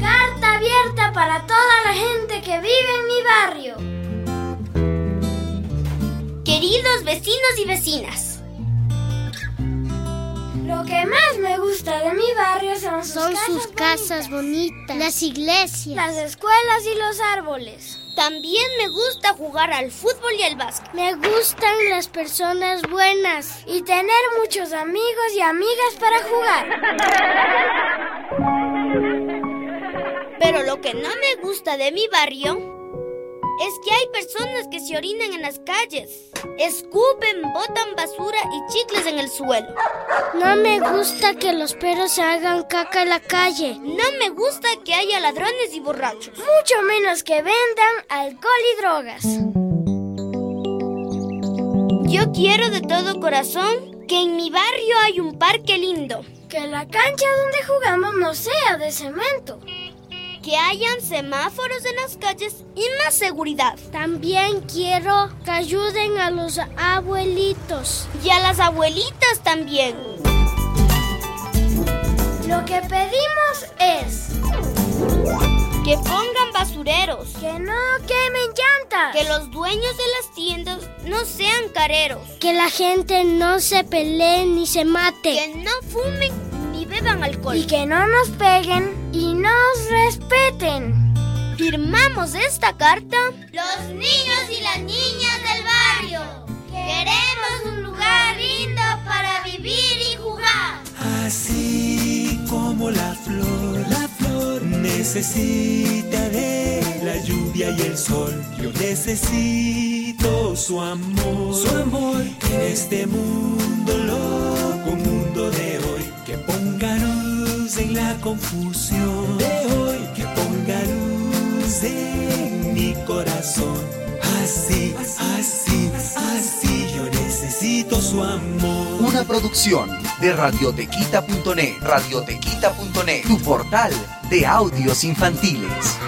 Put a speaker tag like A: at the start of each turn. A: Carta abierta para toda la gente que vive en mi barrio.
B: Queridos vecinos y vecinas,
A: lo que más me gusta de mi barrio son sus,
C: son
A: casas,
C: sus casas bonitas, bonitas, las iglesias,
A: las escuelas y los árboles.
B: También me gusta jugar al fútbol y al básquet.
C: Me gustan las personas buenas
A: y tener muchos amigos y amigas para jugar.
B: Pero lo que no me gusta de mi barrio es que hay personas que se orinan en las calles, escupen, botan basura y chicles en el suelo.
C: No me gusta que los perros se hagan caca en la calle.
B: No me gusta que haya ladrones y borrachos.
A: Mucho menos que vendan alcohol y drogas.
B: Yo quiero de todo corazón que en mi barrio hay un parque lindo.
A: Que la cancha donde jugamos no sea de cemento
B: que hayan semáforos en las calles y más seguridad.
C: También quiero que ayuden a los abuelitos.
B: Y a las abuelitas también.
A: Lo que pedimos es...
B: Que pongan basureros.
A: Que no quemen llantas.
B: Que los dueños de las tiendas no sean careros.
C: Que la gente no se pelee ni se mate.
B: Que no fumen ni beban alcohol.
A: Y que no nos peguen y nos respeten.
B: Firmamos esta carta
D: los niños y las niñas del barrio. Queremos un lugar lindo para vivir y jugar.
E: Así como la flor, la flor necesita de la lluvia y el sol. Yo necesito su amor, su amor en este mundo loco, mundo de hoy que ponga en la confusión de hoy que ponga luz en mi corazón. Así, así, así yo necesito su amor.
F: Una producción de radiotequita.net, radiotequita.net, tu portal de audios infantiles.